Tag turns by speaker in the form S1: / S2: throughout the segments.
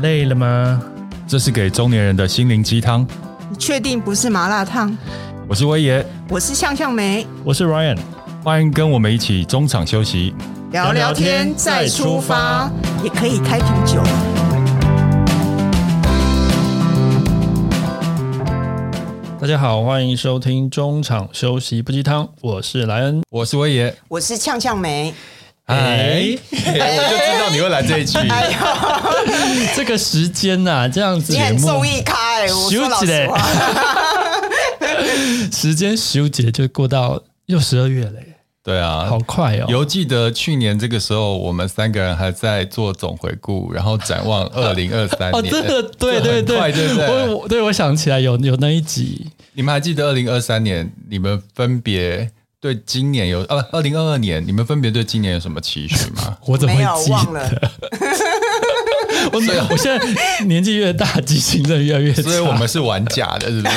S1: 累了吗？
S2: 这是给中年人的心灵鸡汤。
S3: 你确定不是麻辣烫？
S2: 我是威爷，
S3: 我是向向梅，
S1: 我是 Ryan，
S2: 欢迎跟我们一起中场休息。
S3: 聊
S1: 聊
S3: 聊
S1: 天
S3: 天再
S1: 再出
S3: 出
S1: 发
S3: 发，也可以开瓶酒。
S1: 大家好，欢迎收听中场休息不鸡汤，我是莱恩。
S2: 我是威爷，
S3: 我是向向梅，
S2: 哎，我就知道你会来这一句。
S3: 哎呦，
S1: 这个时间呐、这样子
S3: 你
S1: 节
S3: 很
S1: 目
S3: 中意咖哎、我说老
S1: 休息嘞
S3: 实话，
S1: 时间十五节就过到又十二月嘞，
S2: 对啊，
S1: 好快哦！
S2: 犹记得去年这个时候，我们三个人还在做总回顾，然后展望二零二三
S1: 哦，
S2: 年。
S1: 真的，对对
S2: 这很
S1: 对，
S2: 快对不对？
S1: 我我对我想起来有有那一集，
S2: 你们还记得二零二三年，你们分别对今年有呃二零二二年，你们分别对今年有什么期许吗？
S1: 我怎么会
S3: 没有
S1: 记
S3: 忘了
S1: 得？， 我
S3: 啊
S1: 我现在年纪越大，记性真的越来越差。
S2: 所以我们是玩假的，是 不是？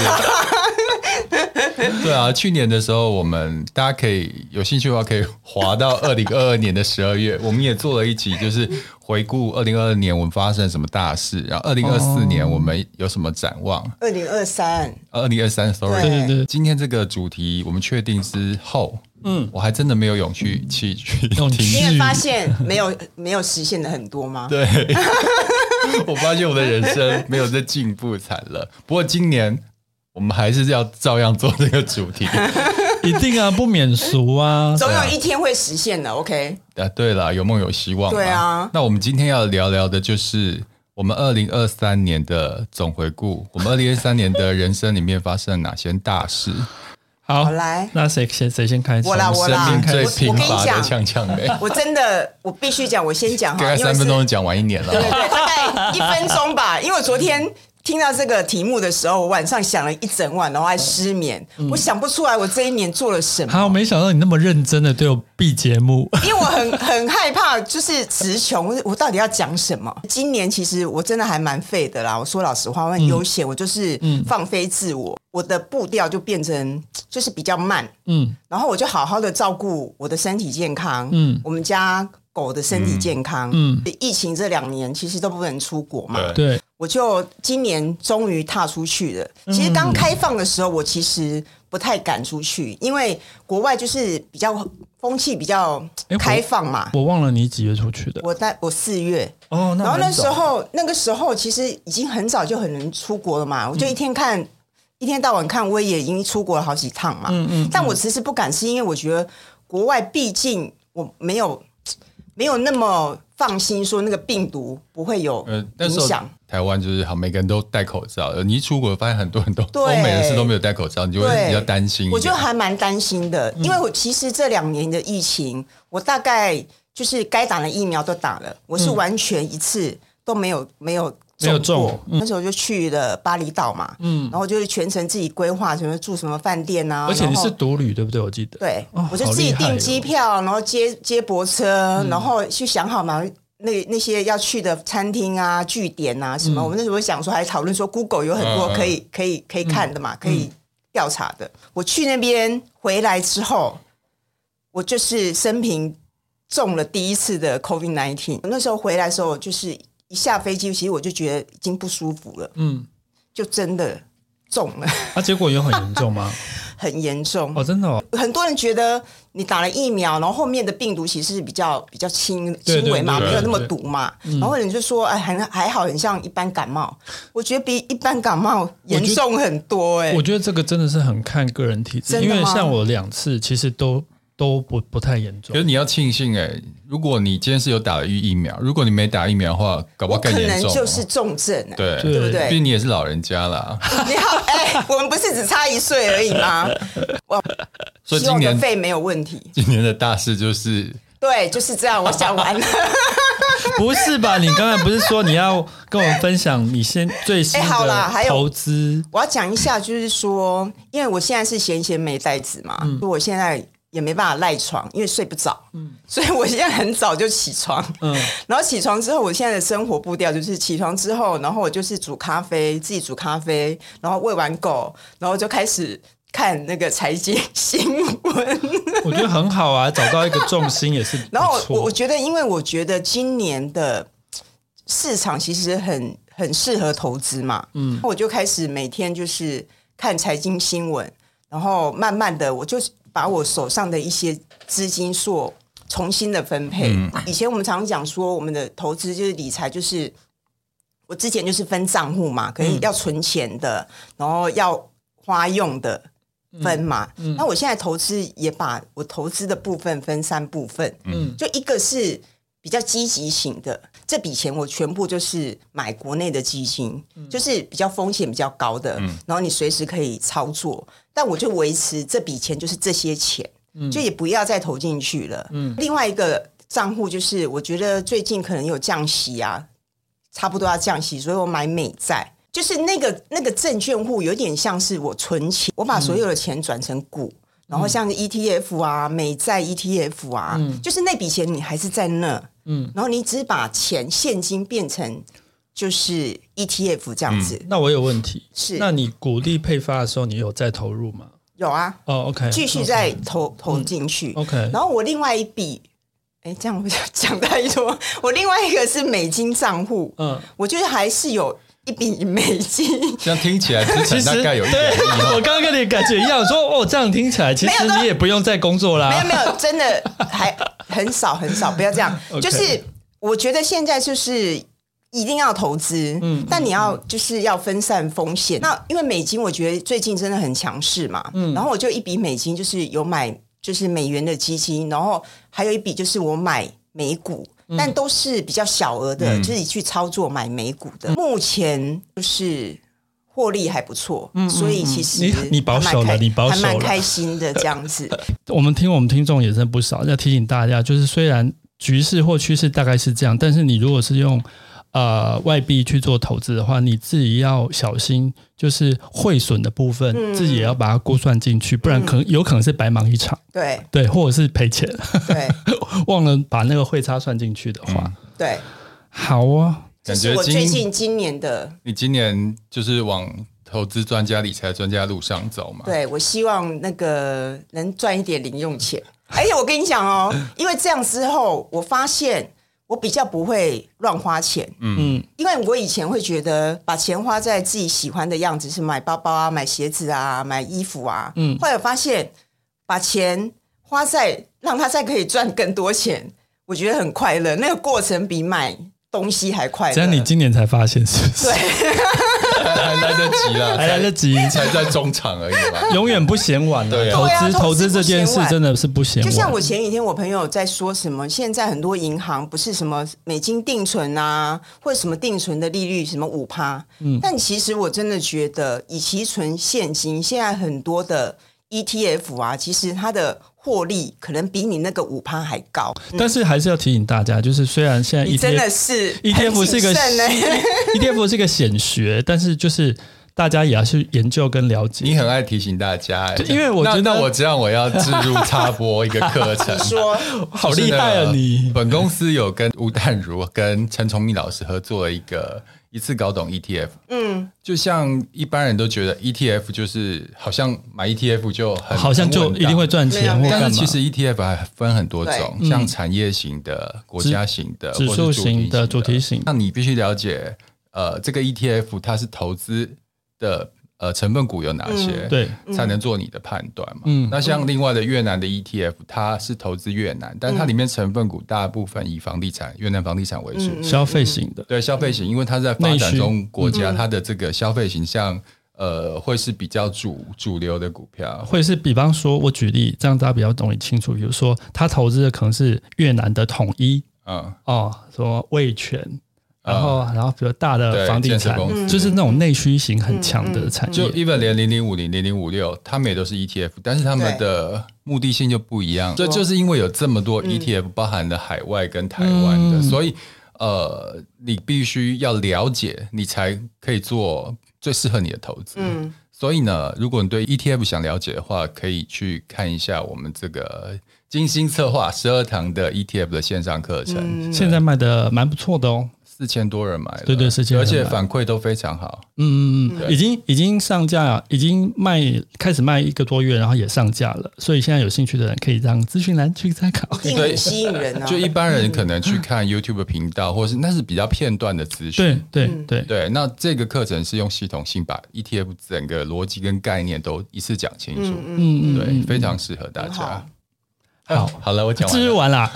S2: 对啊，去年的时候，我们大家可以有兴趣的话，可以滑到二零二二年的十二月，我们也做了一集，就是回顾二零二二年我们发生了什么大事，然后二零二四
S1: 哦
S2: 年我们有什么展望，
S3: 二零二三，
S2: 二零二三
S1: 对
S2: ，sorry。
S1: 对
S3: 哎
S1: 对，
S2: 今天这个主题我们确定之后，
S1: 嗯，
S2: 我还真的没有勇气去去
S1: 勇气
S2: 听
S3: 你也发现没有没有实现的很多吗？
S1: 啊
S2: 对， 我发现我的人生没有在进步，惨了。不过今年我们还是要照样做这个主题。
S1: 一定啊，不免俗 啊。
S3: 总有一天会实现的，OK？
S2: 啊，对了，有梦有希望。
S3: 对啊，
S2: 那我们今天要聊聊的就是我们二零二三年的总回顾，我们二零二三年的人生里面发生了哪些大事？
S1: 好
S3: 好，来
S1: 那谁先谁先开始？
S3: 我啦我啦
S2: 生命最
S3: 我
S2: 贫
S3: 我跟你
S2: 乏的
S3: 讲
S2: 呛呛梅，
S3: 我真的，我必须讲，我先讲
S2: 大
S3: 哈，
S2: 概
S3: 因为
S2: 三
S3: 是
S2: 分钟就讲完一年
S3: 对对
S2: 了。
S3: 对，大概一分钟吧。因为我昨天听到这个题目的时候，我晚上想了一整晚，然后还失眠，
S1: 嗯
S3: 我想不出来我这一年做了什
S1: 好，
S3: 么。
S1: 没想到你那么认真的对我 B 节目，
S3: 因为我很很害怕，就是词穷，我我到底要讲什么？今年其实我真的还蛮废的啦。我说老实话，我很悠闲，我就是放飞自我，我的步调就变成就是比较慢，
S1: 嗯，
S3: 然后我就好好的照顾我的身体健康，
S1: 嗯
S3: 嗯，我们家狗的身体健康，
S1: 嗯
S3: 嗯，疫情这两年其实都不能出国嘛，
S2: 对
S1: 对，
S3: 我就今年终于踏出去了。
S1: 嗯
S3: 其实刚开放的时候，我其实不太敢出去，因为国外就是比较风气比较
S1: 哎诶我
S3: 开放嘛。
S1: 我忘了你几月出去的
S3: 我在我四月，
S1: 哦。
S3: 然后那时
S1: 很早
S3: 候那个时候其实已经很早就很能出国了
S1: 嗯
S3: 嘛，我就一天看、一天到晚看威也已经出国了好几趟嘛。
S1: 嗯嗯，
S3: 但我其实不敢，是因为我觉得国外毕竟我没有没有那么放心，说那个病毒不会有
S2: 呃，那时
S3: 影
S2: 候
S3: 响。
S2: 台湾就是好，每个人都戴口罩。呃你一出国，发现很多很多
S3: 对
S2: 欧美人士都没有戴口罩，你就会
S3: 对
S2: 比较担心一点。
S3: 我就还蛮担心的，
S1: 嗯
S3: 因为我其实这两年的疫情，我大概就是该打的疫苗都打了，我是完全一次都没有没有
S1: 没有
S3: 中
S1: 中嗯
S3: 过。那时候就去了巴厘岛嘛，嗯，然后就是全程自己规划，什么住什么饭店啊，
S1: 而且你
S3: 然后
S1: 是独旅对不对？我记得，
S3: 对
S1: 哦，
S3: 我就自己
S1: 好厉害哦嗯
S3: 订机票，然后接接驳车，然后去想好嘛。那那些要去的餐厅啊、据点啊什么，
S1: 嗯
S3: 我们那时候想说还讨论说，Google 有很多
S2: 嗯嗯
S3: 可以、可以可以看的嘛，
S1: 嗯
S3: 可以调查的。我去那边回来之后，我就是生平中了第一次的 COVID nineteen。那时候回来的时候，就是一下飞机，其实我就觉得已经不舒服了，
S1: 嗯，
S3: 就真的中了，
S1: 啊，结果有很严重吗？
S3: 很严重。
S1: 哦，真的哦，
S3: 很多人觉得你打了疫苗，然后后面的病毒其实是比较比较轻
S1: 对对
S3: 轻微嘛，
S2: 对嗯
S3: 没有那么毒嘛。然后人就说，哎，很还好，很像一般感冒。我觉得比一般感冒严重很多、哎
S1: 我，觉得这个真的是很看个人体质，
S3: 真
S1: 因
S3: 的吗
S1: 为像我两次其实都都不不太严重
S2: 可是，你要庆幸哎、如果你今天是有打了疫苗，如果你没打疫苗的话，搞不
S3: 我
S2: 好更
S3: 可能
S2: 严重哦、
S3: 就是重症、哎
S2: 对
S1: 对
S3: 不对
S2: 毕竟你也是老人家啦，
S3: 你好，哎、我们不是只差一岁而已吗？
S2: 所以
S3: 希
S2: 今
S3: 望我
S2: 年
S3: 的肺没有问题。
S2: 今年的大事就是
S3: 对，就是这样。我讲完了。
S1: 不是吧？你刚才不是说你要跟我们分享你先最新
S3: 哎好啦还
S1: 的
S3: 有
S1: 投资？
S3: 嗯我要讲一下，就是说，因为我现在是闲闲没带子嘛，所以我现在也没办法赖床，因为睡不着，所以我现在很早就起床，
S1: 嗯
S3: 然后起床之后，我现在的生活步调就是起床之后，然后我就是煮咖啡，自己煮咖啡，然后喂完狗，然后就开始看那个财经新闻，
S1: 我觉得很好 啊，找到一个重心也是不错。
S3: 然后我我我觉得，因为我觉得今年的市场其实很很适合投资嘛，嗯，我就开始每天就是看财经新闻，然后慢慢的我就把我手上的一些资金做重新的分配。
S1: 嗯
S3: 以前我们常讲说，我们的投资就是理财，就是我之前就是分账户嘛，可
S1: 嗯
S3: 以要存钱的，然后要花用的分嘛。
S1: 嗯
S3: 那我现在投资也把我投资的部分分三部分，
S1: 嗯
S3: 就一个是比较积极型的，这笔钱我全部就是买国内的基金，就是比较风险比较高的，然后你随时可以操作，但我就维持这笔钱就是这些钱，就也不要再投进去了。另外一个账户就是我觉得最近可能有降息啊，差不多要降息，所以我买美债。就是那个那个证券户有点像是我存钱，我把所有的钱转成股，
S1: 嗯
S3: 然后像 ETF 啊、美债 ETF 啊，就是那笔钱你还是在那，
S1: 嗯
S3: 嗯，然后你只把钱现金变成就是 ETF 这样子，
S1: 那我有问题，
S3: 是
S1: 那你鼓励配发的时候，你有再投入吗？
S3: 有啊，
S1: 哦，OK，嗯
S3: 继续再投投进去。
S1: OK，
S3: 然后我另外一笔，哎，这样我就讲太多，我另外一个是美金账户，
S1: 嗯，
S3: 我觉得还是有一笔美金。
S2: 这样听起来 资
S1: 其
S2: 产
S1: 实
S2: 大概有一
S1: 对
S2: 点亿，
S1: 我刚刚跟你感觉一样，说哦，这样听起来，其实你也不用再工作
S3: 没有
S1: 啦。
S3: 没有，真的还很少很少，不要这 样
S1: OK。
S3: 就是我觉得现在就是一定要投资，嗯，但你要就是要分散风
S1: 嗯
S3: 险。那因为美金，我觉得最近真的很强势嘛，嗯，然后我就一笔美金就是有买就是美元的基金，然后还有一笔就是我买美股。
S1: 嗯
S3: 但都是比较小额的，自己去操作买美股
S1: 嗯
S3: 的。目前就是获利还不错，所以其实
S1: 嗯你你保守了
S3: 还蛮开
S1: 你保守了
S3: 还蛮开心的这样子。
S1: 我们听我们听众也是不少，要提醒大家，就是虽然局势或趋势大概是这样，但是你如果是用呃外币去做投资的话，你自己要小心，就是汇损的部分，
S3: 嗯
S1: 自己也要把它估算进去，不然可能有可能是白忙一场，
S3: 对
S1: 对，或者是赔钱，
S3: 对
S1: 忘了把那个汇差算进去的话，
S3: 对，
S1: 好哦，
S3: 这
S2: 感
S3: 是
S2: 觉
S3: 我最
S2: 今
S3: 近今年的，
S2: 你今年就是往投资专家、理财专家路上走嘛？
S3: 对我希望那个能赚一点零用钱。 而且我跟你讲哦，因为这样之后，我发现我比较不会乱花钱。
S1: 嗯
S3: 嗯，因为我以前会觉得把钱花在自己喜欢的样子，是买包包啊、买鞋子啊、买衣服啊。嗯，后来我发现把钱花在让他再可以赚更多钱，我觉得很快乐。那个过程比买东西还快乐。
S1: 只要你今年才发现，是不是？哎
S2: 还还来得及啦，
S1: 还来得及，
S2: 才在中场而已嘛。
S1: 永远不嫌晚
S2: 对啊
S1: 投
S3: 对啊
S1: 资投
S3: 投资
S1: 资
S3: 不
S1: 这件事
S3: 嫌晚
S1: 真的是不嫌
S3: 就
S1: 晚。
S3: 像我前几天我朋友在说什么，现在很多银行不是什么美金定存啊，或者什么定存的利率什么五趴，但其实我真的觉得，以其存现金，现在很多的 ETF 啊，其实它的获利可能比你那个五趴还高。
S1: 但是还是要提醒大家，就是虽然现在
S3: 你
S1: ETF
S3: 真的是
S1: ETF 是一个
S3: 呢、，
S1: ETF E 是一个显学，但是就是大家也要去研究跟了解。
S2: 你很爱提醒大家、欸，
S1: 因为我觉得
S2: 那那我这样我要置入插播一个课程
S3: 说
S1: 好厉害啊你！
S2: 本公司有跟吴淡如、跟陈崇明老师合作了一个一次搞懂 ETF。嗯，就像一般人都觉得 ETF 就是好像买 ETF 就很
S1: 好像
S2: 很
S1: 就
S2: 稳
S1: 一
S2: 当
S1: 定会赚钱
S3: 没有
S1: 或
S3: 没有
S1: 干
S2: 但
S1: 嘛？嗯
S2: 是其实 ETF 还分很多种，像产业型的、国家型的、
S1: 指
S2: 或是
S1: 数
S2: 主题
S1: 型的、主题型
S2: 那你必须了解，呃，这个 ETF 它是投资的呃成分股有哪些，
S1: 对，
S2: 才能做你的判断嘛。
S1: 嗯
S2: 那像另外的越南的 ETF，它是投资越南，
S1: 嗯
S2: 但它里面成分股大部分以房地产、越南房地产为主。
S1: 消费型的，
S2: 对消费型，因为它在发
S1: 内
S2: 展
S1: 需嗯
S2: 中国家，它的这个消费形象，呃，会是比较主主流的股票。
S1: 会是比方说，我举例，这样大家比较容易清楚。比如说，他投资的可能是越南的统一
S2: 嗯，
S1: 哦，什么味全，然后、然后比如大的
S2: 啊对
S1: 房地
S2: 建设
S1: 产
S2: 公，司
S1: 就是那种内需型很强的产业。
S2: 就 even 连零零五零、零零五六，他们也都是 ETF，但是他们的目的性就不一样。这就是因为有这么多 ETF，、包含了海外跟台湾的，所以呃，你必须要了解，你才可以做最适合你的投资。
S3: 嗯
S2: 所以呢，如果你对 ETF 想了解的话，可以去看一下我们这个 E 精心策划十二堂的 ETF 的线上课程。
S1: 嗯现在卖的蛮不错的哦，
S2: 四千多人买了，
S1: 对对4000人
S2: 而且
S1: 买
S2: 反馈都非常好。
S1: 嗯嗯嗯，
S2: 对
S1: 已经已经上架，已经卖开始卖一个多月，然后也上架了，所以现在有兴趣的人可以让资讯栏去参考。
S3: 一定很吸引人啊！
S2: 就一般人可能
S3: 嗯
S2: 去看 YouTube 频道，或是那是比较片段的资
S1: 对
S2: 讯。
S1: 对
S3: 嗯
S1: 对，
S2: 对，那这个课程是用系统性把 ETF 整个逻辑跟概念都一次讲清楚，
S1: 嗯嗯
S2: 对，
S1: 嗯，
S2: 非常适合大家。
S1: 好
S2: 好了，我讲
S1: 自
S2: 完
S1: 日
S2: 了。
S1: 完啦，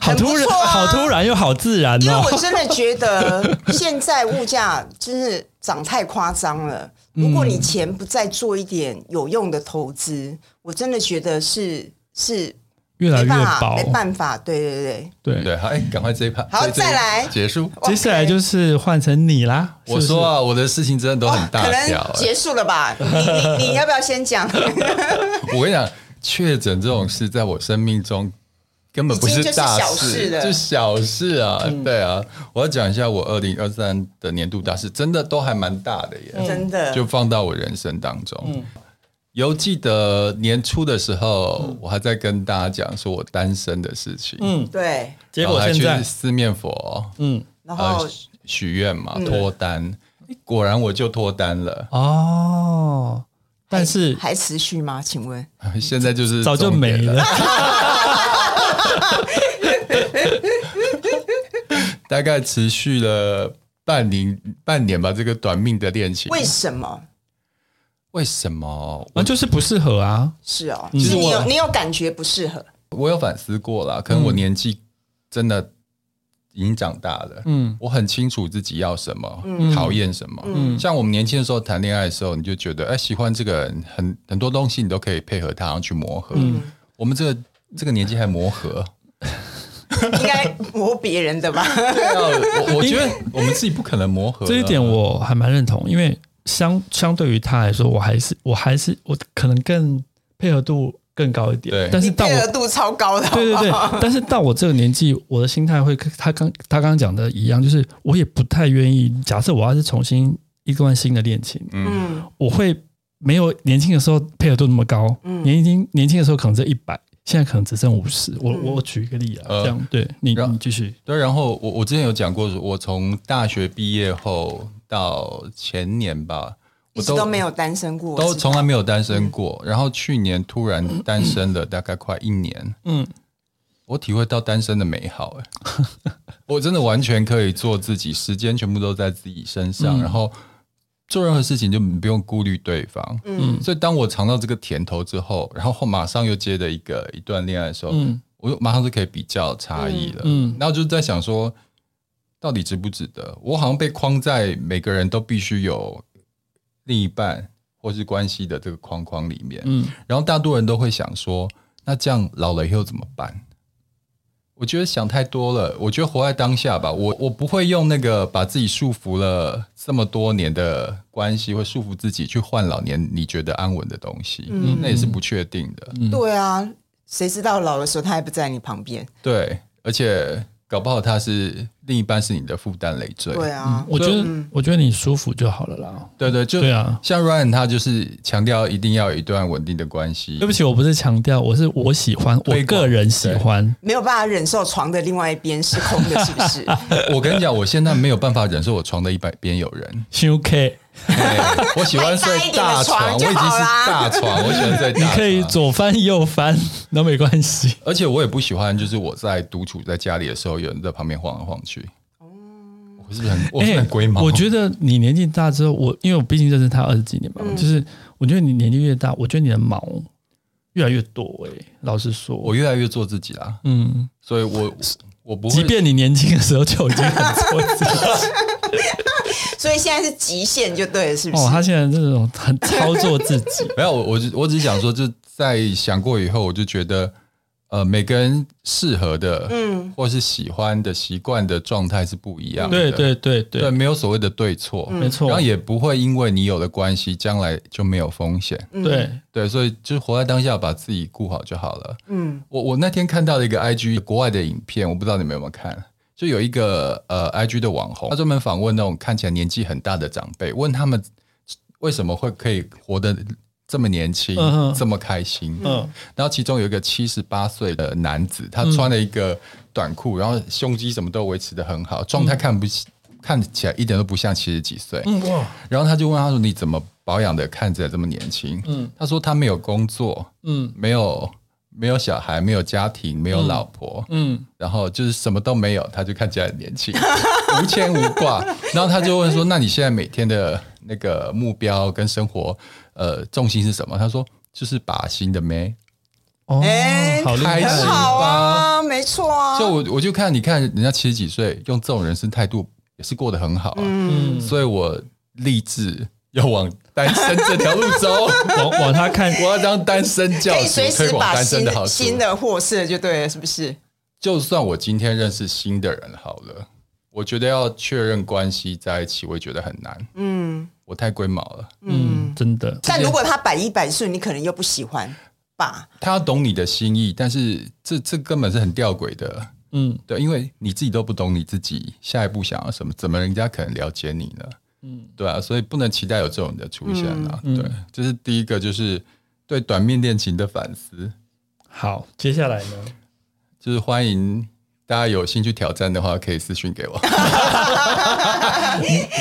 S1: 好突然，
S3: 很不错啊
S1: 好突然又好自然
S3: 因为
S1: 哦
S3: 我。真的觉得 现在物价真是涨太夸张了。如果你钱不再做一点有用的投资，我真的觉得是是
S1: 越来
S3: 没
S1: 越
S3: 办法，
S1: 薄，
S3: 没办法。对对对，
S1: 对。
S2: 对，好，哎，赶快这一趴，
S3: 好
S2: 这这一
S3: 再来
S2: 结束。
S1: 接下来就是换成你啦，
S2: 我
S1: 是不是
S2: 说啊，我的事情真的都
S3: 哇
S2: 很大
S3: 哦可
S2: 条
S1: 欸
S3: 能。
S2: 哎
S3: 结束了吧？你你你要不要 先讲？
S2: 我跟你讲，确诊这种事在我生命中根本不大
S3: 已经就是小事了
S2: 就小事啊，对啊。我要讲一下我二零二三的年度大事，真的都还蛮大的耶，
S3: 真的
S2: 就放到我人生当中。犹记得年初的时候，我还在跟大家讲说我单身的事情，嗯，
S3: 对，
S1: 结果
S2: 啊
S1: 现在，
S2: 四面佛，
S1: 嗯，
S3: 然后
S2: 呃，许许愿嘛，脱单，果然我就脱单了，
S1: 哦，但是
S3: 还持续吗？请问
S2: 现在就是
S1: 早就
S2: 重点
S1: 没
S2: 了
S1: 了。
S2: 大概持续了半年半年吧，这个短命的恋情。
S3: 为什么？
S2: 为什么？
S1: 啊，就是不适合啊，
S3: 是哦，
S1: 嗯
S3: 是你
S2: 我
S3: 有你有感觉不适合，
S2: 我有反思过啦，可能我年纪真的已经长大了，
S1: 嗯
S2: 我很清楚自己要什么，讨厌什么。
S1: 嗯
S2: 像我们年轻的时候谈恋爱的时候，你就觉得哎，喜欢这个人，很很多东西你都可以配合他，然后去磨合。我们这个这个年纪还磨合，
S3: 应该磨别人的吧？
S2: 对啊， 我我觉得我们自己不可能磨合啊
S1: 这一点我还蛮认同，因为相相对于他来说，我还是我还是我可能更配合度更高一点，
S2: 对
S1: 但是
S3: 你
S1: 到我
S3: 配合度超高的，
S1: 对对对， 但是到我这个年纪，我的心态会跟他刚他刚刚讲的一样，就是我也不太愿意。假设我要是重新一段新的恋情，
S3: 嗯，
S1: 我会没有年轻的时候配合度那么高。
S3: 嗯
S1: 年轻年轻的时候可能这一百，现在可能只剩五十。我
S3: 嗯
S1: 我举一个例啊，
S2: 呃
S1: 这样对你
S2: 让
S1: 你继续，
S2: 对，然后我我之前有讲过，我从大学毕业后到前年吧，
S3: 一
S2: 我
S3: 直都没有单身过，
S2: 都
S3: 是
S2: 从来没有单
S3: 嗯
S2: 身过。然后去年突然单身了，大概快一年，
S1: 嗯，
S2: 我体会到单身的美好、哎，我真的完全可以做自己，时间全部都在自己身
S3: 嗯
S2: 上，然后做任何事情就不用顾虑对方。
S3: 嗯
S2: 所以当我尝到这个甜头之后，然后马上又接了一个一段恋爱的时候，
S1: 嗯
S2: 我就马上就可以比较差异了。
S1: 嗯
S2: 然后就在想说，到底值不值得？我好像被框在每个人都必须有另一半或是关系的这个框框里面。
S1: 嗯
S2: 然后大多人都会想说，那这样老了以后怎么办？我觉得想太多了，我觉得活在当下吧。我我不会用那个把自己束缚了这么多年的关系，或束缚自己去换老年你觉得安稳的东西，
S3: 嗯
S2: 那也是不确定的。
S3: 对啊，谁知道老的时候他还不在你旁边？
S2: 对，而且搞不好他是另一半是你的负担累赘。
S3: 对啊，
S1: 我觉得
S3: 嗯
S1: 我觉得你舒服就好了啦。
S2: 对对，就
S1: 对啊
S2: 像 Ryan 他就是强调一定要有一段稳定的关系
S1: 对。不起，我不是强调，我是我喜欢，我
S2: 推广
S1: 个人喜欢。
S3: 没有办法忍受床的另外一边是空的，是不 是？
S2: 我跟你讲，我现在没有办法忍受我床的一百边有 人。
S1: o K，
S2: 对我喜欢睡大
S3: 买大
S2: 床，
S3: 一
S2: 我
S3: 点的床
S2: 已
S3: 就
S2: 经是
S3: 好啦
S2: 大床，我喜欢睡大
S1: 你
S2: 床。
S1: 可以左翻右翻 都没关系。
S2: 而且我也不喜欢，就是我在独处在家里的时候，有人在旁边晃来晃去。我是不是很我是不是很龟
S1: 哦
S2: 毛？
S1: 哎我觉得你年纪大之后，我因为我毕竟认识他二十几年
S3: 嗯
S1: 嘛，就是我觉得你年纪越大，我觉得你的毛越来越多哎、老实说，
S2: 嗯我越来越做自己啦，
S1: 嗯，
S2: 所以我我不
S1: 即
S2: 会
S1: 便你年轻的时候就已经很挫 折
S3: 所以现在是极限就对了，是不是？
S1: 哦，他现在这种很操作自己，
S2: 没有，我我只我只是想说，就在想过以后，我就觉得，呃，每个人适合的，嗯，或是喜欢的习惯的状态是不一样的，
S1: 对对对对，
S2: 对，没有所谓的对错，
S1: 没错
S2: 然，后也不会因为你有了关系，将来就没有风险，
S1: 对，
S2: 对，所以就活在当下，把自己顾好就好了。
S3: 嗯，
S2: 我我那天看到了一个 IG 国外的影片，我不知道你们有没有看，就有一个呃 IG 的网红，他专门访问那种看起来年纪很大的长辈，问他们为什么会可以活得这么年轻，
S1: 嗯哼
S2: 这么开心。
S1: 嗯
S2: 然后其中有一个七十八岁的男子，他穿了一个短裤，然后胸肌什么都维持的很好，状态看不起。看起来一点都不像七十几岁，
S1: 嗯哇，
S2: 然后他就问他说：“你怎么保养的看起来这么年轻？”
S1: 嗯
S2: 他说他没有工作，
S1: 嗯
S2: 没有没有小孩，没有家庭，没有老婆，
S1: 嗯
S2: 然后就是什么都没有，他就看起来很年轻， 无牵无挂。然后他就问说：“那你现在每天的那个目标跟生活，呃，重心是什么？”他说：“就是把新的妹。
S1: 哦
S3: 哎，
S1: 好厉害，
S2: 开始
S3: 很好啊，没错啊。
S2: 所以我我就看，你看人家七十几岁用这种人生态度也是过得很好啊。
S3: 嗯，
S1: 嗯，
S2: 所以我立志要往单身这条路走，
S1: 往往他看，
S2: 我要当单身教
S3: 可以
S2: 主，
S3: 随
S2: 推
S3: 时
S2: 广
S3: 把
S2: 单身
S3: 新
S2: 的好
S3: 的
S2: 处。
S3: 新的货色就对了，是不是？
S2: 就算我今天认识新的人好了，我觉得要确认关系在一起，我也觉得很难。
S3: 嗯
S2: 我太龟毛了，
S1: 嗯，真的，
S3: 但如果他百依百顺，你可能又不喜欢 吧？
S2: 他要懂你的心意，但是这这根本是很吊诡的。
S1: 嗯
S2: 对，因为你自己都不懂你自己下一步想要什么，怎么人家可能了解你呢？
S1: 嗯
S2: 对啊，所以不能期待有这种人的出现啊。
S1: 嗯嗯
S2: 对，这是第一个，就是对短命恋情的反思。
S1: 好，接下来呢？
S2: 就是欢迎大家有兴趣挑战的话，可以私讯给 我。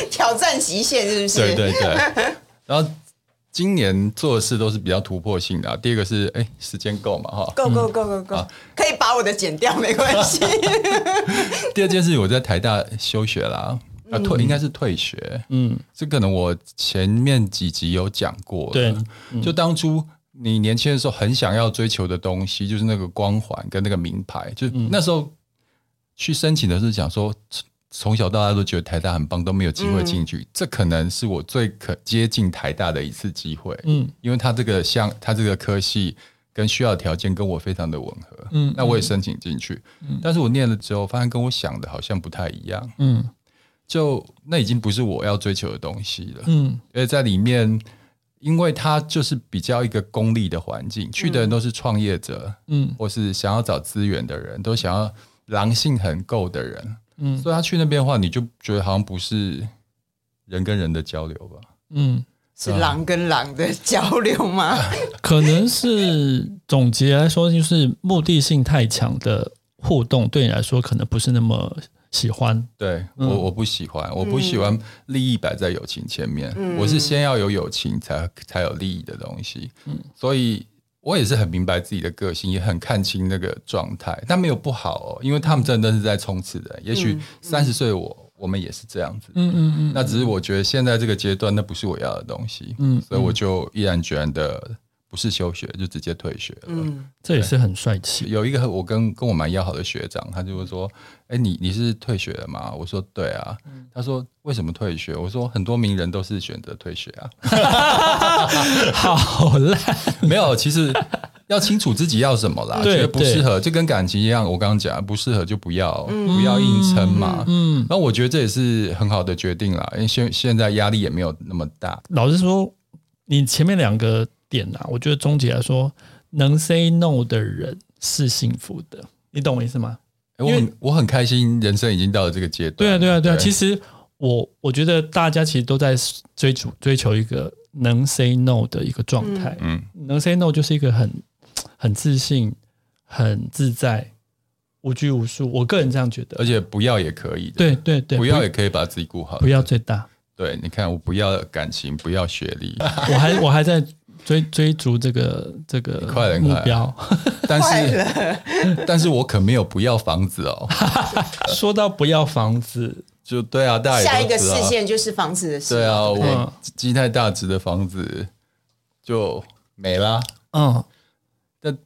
S3: 挑战极限是不是？
S2: 对对对。 然后今年做的事都是比较突破性的、啊。第一个是，哎，时间够嘛 哈。
S3: Go go go go go！、
S2: 好
S3: 可以把我的剪掉，没关 系。
S2: 啊第二件事，我在台大休学啦，啊退应该是退学，
S1: 嗯，
S2: 这可能我前面几集有讲过。
S1: 对，
S2: 就当初你年轻的时候很想要追求的东西，就是那个光环跟那个名牌。就
S1: 嗯
S2: 那时候去申请的时候，想说从从小到大都觉得台大很棒，都没有机会进去，
S1: 嗯
S2: 这可能是我最可接近台大的一次机会。
S1: 嗯
S2: 因为它这个像它这个科系跟需要的条件跟我非常的吻合，
S1: 嗯
S2: 那我也申请进去，但是我念了之后发现跟我想的好像不太一样，
S1: 嗯
S2: 就那已经不是我要追求的东西了，
S1: 嗯
S2: 而在里面，因为它就是比较一个功利的环境，去的人都是创业者，
S1: 嗯
S2: 或是想要找资源的人，都想要狼性很够的人，
S1: 嗯
S2: 所以他去那边的话，你就觉得好像不是人跟人的交流吧。
S1: 嗯，
S3: 是狼跟狼的交流吗？
S1: 可能是总结来说，就是目的性太强的互动，对你来说可能不是那么喜欢。
S2: 对
S1: 嗯
S2: 我我不喜欢，我不喜欢利益摆在友情前面，
S3: 嗯
S2: 我是先要有友情才才有利益的东西，
S1: 嗯
S2: 所以我也是很明白自己的个性，也很看清那个状态，但没有不好哦，因为他们真的是在冲刺的，也许三十岁的我、我们也是这样子，
S1: 嗯嗯
S2: 那只是我觉得现在这个阶段那不是我要的东西，
S1: 嗯
S2: 所以我就毅然决然的不是休学，就直接退学了。
S3: 嗯，
S1: 这也是很帅气。
S2: 有一个我跟跟我蛮要好的学长，他就会说：“哎、你你是退学了吗？”我说：“对啊。
S1: 嗯
S2: 他说：“为什么退学？”我说：“很多名人都是选择退学啊。
S1: 好烂，”
S2: 没有，其实要清楚自己要什么啦，
S1: 对
S2: 觉得不适合，就跟感情一样，我刚刚讲不适合就不要，不要硬撑嘛。
S1: 嗯，
S2: 那我觉得这也是很好的决定啦，因为现现在压力也没有那么大。
S1: 老实说，你前面两个点啊，我觉得总结来说，能 say no 的人是幸福的，你懂我意思吗？
S2: 哎我
S1: 因
S2: 很我很开心，人生已经到了这个阶段。
S1: 对啊，对啊，对啊。其
S2: 实
S1: 实我我觉得大家其实都在追逐追求一个能 say no 的一个状态。
S2: 嗯
S1: 能 say no 就是一个很很自信、很自在、无拘无束。我个人这样觉得
S2: 而。且不要也可以的，
S1: 对对对，
S2: 不要也可以把自己顾好。
S1: 不要最 大。
S2: 对，你看，我不要感情，不要学 历，
S1: 我还我还在追追逐这个这个
S2: 快点
S1: 目
S2: 快点
S1: 标。
S2: 但
S3: 坏
S2: 是
S3: 了，
S2: 但是我可没有不要房 子哦。
S1: 说到不要房子，
S2: 就对啊，大家
S3: 下
S2: 也
S3: 一
S2: 都
S3: 个
S2: 知
S3: 视
S2: 道。
S3: 线就是房子的事。
S2: 对啊，
S1: 对
S2: 我基泰大直的房子就没啦。
S1: 嗯，
S2: 但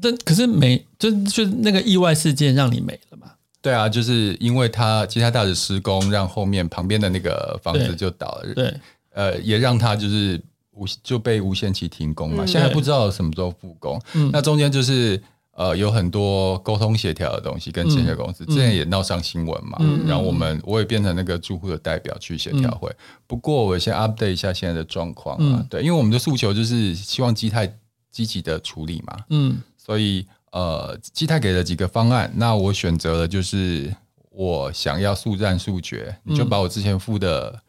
S1: 但可是没，就就那个意外事件让你没了嘛？
S2: 对啊，就是因为他基泰大直施工，让后面旁边的那个房子
S1: 对
S2: 就倒了，
S1: 对，
S2: 呃，也让他就是无就被无限期停工嘛。
S3: 嗯
S2: 现在不知道什么时候复工，
S1: 嗯
S2: 那中间就是呃有很多沟通协调的东西跟建设公司，之前也闹上新闻嘛。
S1: 嗯
S2: 然后我们我也变成那个住户的代表去协调会。不过我先 update 一下现在的状况啊，
S1: 嗯
S2: 对，因为我们的诉求就是希望基泰积极的处理嘛，
S1: 嗯
S2: 所以呃基泰给了几个方案，那我选择了就是我想要速战速决，你就把我之前付的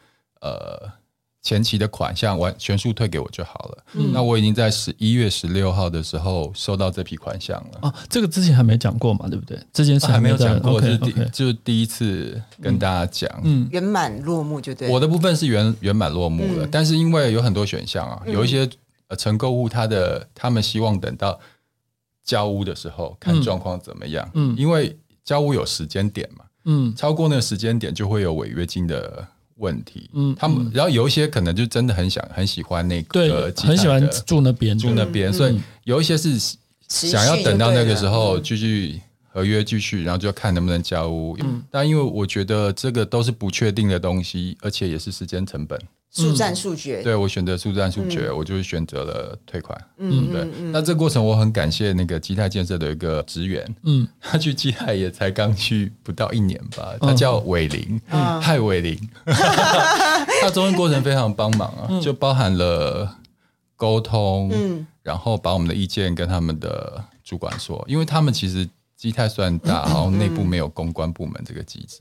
S2: 呃。前期的款项完全数退给我就好了。
S1: 嗯
S2: 那我已经在十一月十六号的时候收到这批款项了。
S1: 哦，这个之前还没讲过嘛，对不对？这件事
S2: 哦还没有
S1: 在
S2: 讲过，
S1: OK
S2: 是第
S1: OK，
S2: 就是第一次跟大家讲。
S1: 嗯
S3: 圆满落幕就对。
S2: 我的部分是圆圆满落幕了，
S3: 嗯
S2: 但是因为有很多选项
S1: 嗯
S2: 啊，有一些呃承购物他的他们希望等到交屋的时候看
S1: 嗯
S2: 状况怎么样，
S1: 嗯
S2: 因为交屋有时间点嘛，
S1: 嗯
S2: 超过那个时间点就会有违约金的问题。
S1: 嗯，
S2: 他们然后有一些可能就真的很想很喜欢那个
S1: 对
S2: 基泰的，
S1: 很喜欢嗯住那边的，
S2: 住那边，所以有一些是
S3: 持续
S2: 想要等到那个时候
S3: 就对了嗯
S2: 继续合约继续，然后就看能不能交屋。
S3: 嗯
S2: 但因为我觉得这个都是不确定的东西，而且也是时间成本。
S3: 速战速决，
S2: 对我选择速战速决，我就是选择了退款。
S3: 嗯
S2: 对
S3: 嗯，嗯，
S2: 那这个过程我很感谢那个基泰建设的一个职员，
S1: 嗯
S2: 他去基泰也才刚去不到一年吧，他叫伟林，
S3: 嗯
S2: 嗨 伟林，他中间过程非常帮忙啊，就包含了沟通，
S3: 嗯
S2: 然后把我们的意见跟他们的主管说，因为他们其实基泰虽然 大，然后内部没有公关部门这个机制，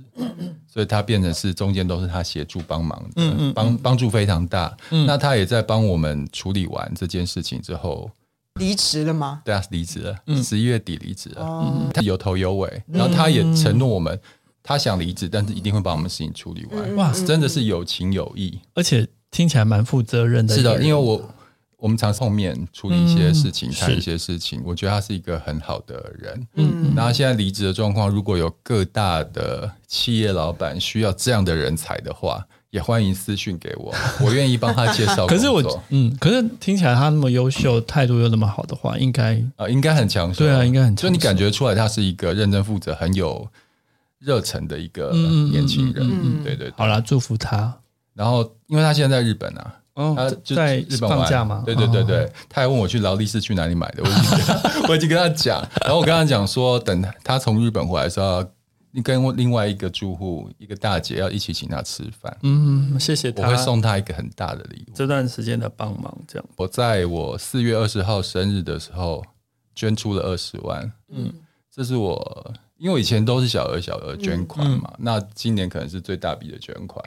S2: 所以他变成是中间都是他协助帮忙的，
S1: 嗯嗯
S2: 帮帮助非常大。
S1: 嗯
S2: 那他也在帮我们处理完这件事情之后，
S3: 离职了吗？
S2: 对啊，离职了，
S1: 嗯
S2: 十一月底离职了，
S3: 哦，
S2: 他有头有尾，然后他也承诺我
S1: 嗯
S2: 们，他想离职，但是一定会把我们事情处理完。
S1: 哇
S2: 真的是有情有义。
S1: 而且听起来蛮负责任的一
S2: 是
S1: 个人。
S2: 的，因为我我们常碰面处理一些事情，
S1: 嗯
S2: 谈一
S1: 是
S2: 些事情，我觉得他是一个很好的人。
S3: 嗯
S2: 然后现在离职的状况，如果有各大的企业老板需要这样的人才的话，也欢迎私讯给 我，我愿意帮他介绍工作。
S1: 可是我嗯，可是听起来他那么优秀，态度又那么好的话，应该
S2: 啊，应该很强势，
S1: 对啊应该很强
S2: 就你感觉出来他是一个认真负责、很有热忱的一个
S1: 嗯嗯嗯
S2: 年轻人，
S1: 嗯
S3: 嗯
S2: 对对对。
S1: 好啦，祝福他。
S2: 然后，因为他现在在日本啊，他
S1: 哦
S2: 就
S1: 在
S2: 日本玩
S1: 放假吗？
S2: 对对对
S1: 哦，
S2: 对，他还问我去劳力士去哪里买的，我已经跟 他我已经跟他讲，然后我跟他讲说，等他从日本回来的时候，你跟另外一个住户一个大姐要一起请他吃饭，
S1: 嗯，谢谢
S2: 我
S1: 他
S2: 会送他一个很大的礼物。
S1: 这段时间的帮忙，这样
S2: 我在我四月二十号生日的时候捐出了二十万，嗯，这是我因为我以前都是小额小额捐款嘛，那今年可能是最大笔的捐款，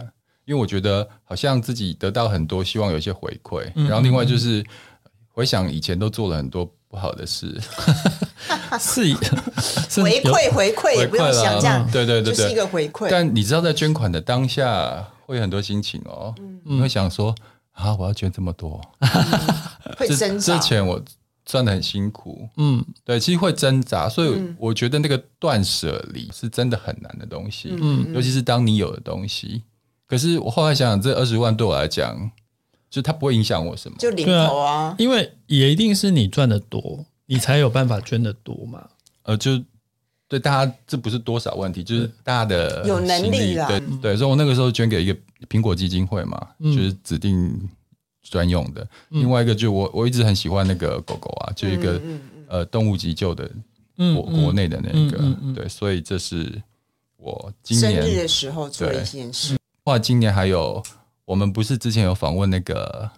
S2: 因为我觉得好像自己得到很多，希望有一些回馈，然后另外就是回想以前都做了很多不好的事，
S1: 是
S2: 嗯
S1: 是
S3: 回
S1: 有
S3: 馈回馈也不用想这样
S2: 嗯，对对对
S3: 就是一
S2: 对，
S3: 个回馈，
S2: 但你知道在捐款的当下会有很多心情哦，
S3: 嗯
S2: 你会想说啊，我要捐这么多，
S3: 会
S2: 这
S3: 增
S2: 这
S3: 长。
S2: 钱我赚的很辛苦，
S1: 嗯
S2: 对，其实会挣扎，所
S3: 嗯
S2: 以我觉得那个断舍离是真的很难的东西，
S1: 嗯
S2: 尤其是当你有的东西。可是我后来想想，这二十万对我来讲，就它不会影响我什么。
S3: 就领头啊，
S1: 因为也一定是你赚的多，你才有办法捐的多嘛。
S2: 呃，就对大家这不是多少问题，就是大家的
S3: 有能
S2: 心
S3: 力啦
S2: 对
S1: 嗯
S2: 对，所以我那个时候捐给一个苹果基金会嘛，就是指定专用的。
S1: 嗯
S2: 另外一个就我我一直很喜欢那个狗狗啊，就一
S3: 嗯
S2: 个、呃动物急救的
S1: 嗯
S2: 国国内的那个，
S1: 嗯嗯嗯
S2: 对，所以这是我今
S3: 生日
S2: 年
S3: 的时候做一件事，
S2: 哇，今年还有我们不是之前有访问那个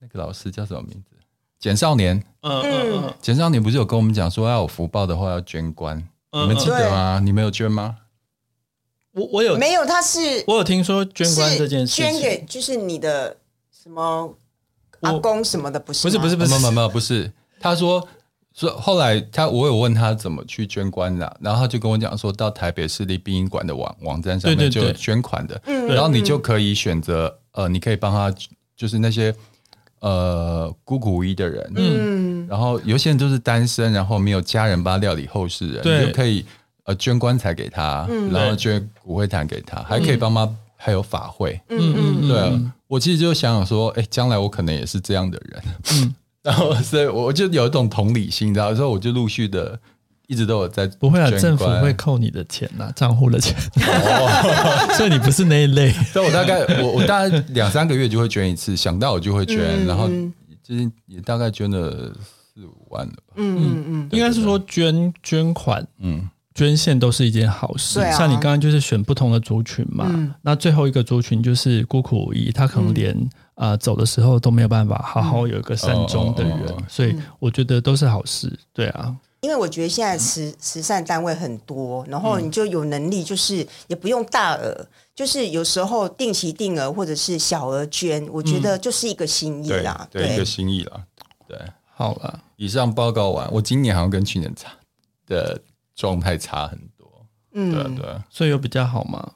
S2: 那个老师叫什么名字？简少年，
S1: 嗯嗯嗯
S2: 简少年不是有跟我们讲说要有福报的话要捐官，
S1: 嗯，
S2: 你们记
S1: 嗯
S2: 得吗？你们有捐吗？
S1: 我我有
S3: 没有，他是
S1: 我有听说捐官
S3: 是
S1: 这件事情，
S3: 捐给就是你的什么阿公什么的，不是
S1: 不是
S3: 吗嗯
S1: 不是不
S2: 哦没
S1: 是
S2: 有没有没有，不是，他说。说后来他我有问他怎么去捐官啦、然后他就跟我讲说到台北市立殡仪馆的网网站上
S1: 对对
S2: 面就有
S1: 对
S2: 捐款的，
S3: 嗯
S2: 然后你就可以选择呃，你可以帮他就是那些呃孤苦无依的人，
S3: 嗯
S2: 然后有些人就是单身，然后没有家人帮他料理后事人，
S1: 对嗯
S2: 你就可以呃捐棺材给他，然后捐骨灰坛给他，还可以帮忙，还有法会。
S1: 嗯嗯
S2: 对啊，我其实就想想说，哎，将来我可能也是这样的人，
S3: 嗯
S2: 然后所以我就有一种同理心，然后所以我就陆续的一直都有在
S1: 不会啊，
S2: 捐
S1: 政府
S2: 棺
S1: 会扣你的钱呐、账户的钱，啊所以你不是那一类。
S2: 所以我大概我我大概两三个月就会捐一次，想到我就会捐，
S3: 嗯
S2: 然后
S3: 嗯
S2: 最近也大概捐了四五万了吧。
S3: 嗯嗯
S1: 应该是说捐捐款，
S2: 嗯，
S1: 捐献都是一件好事。
S3: 对啊
S1: 像你刚刚就是选不同的族群嘛，
S3: 嗯
S1: 那最后一个族群就是孤苦无依，他可能连啊、呃走的
S3: 嗯
S1: 时候都没有办法好好有一个善终的人，
S2: 嗯哦哦哦
S1: 所以我觉得都是好事。对啊，
S3: 因为我觉得现在慈慈善单位很多，然后
S1: 嗯
S3: 你就有能力，就是也不用大额，就是有时候定期定额或者是小额捐，我
S1: 嗯
S3: 觉得就是一个心意
S2: 对
S3: 啦。
S2: 对，一个心意啦。对，
S1: 好了，
S2: 以上报告完，我今年好像跟去年差的状态差很多。对啊
S3: 嗯，
S2: 对啊，
S1: 所以有比较好吗？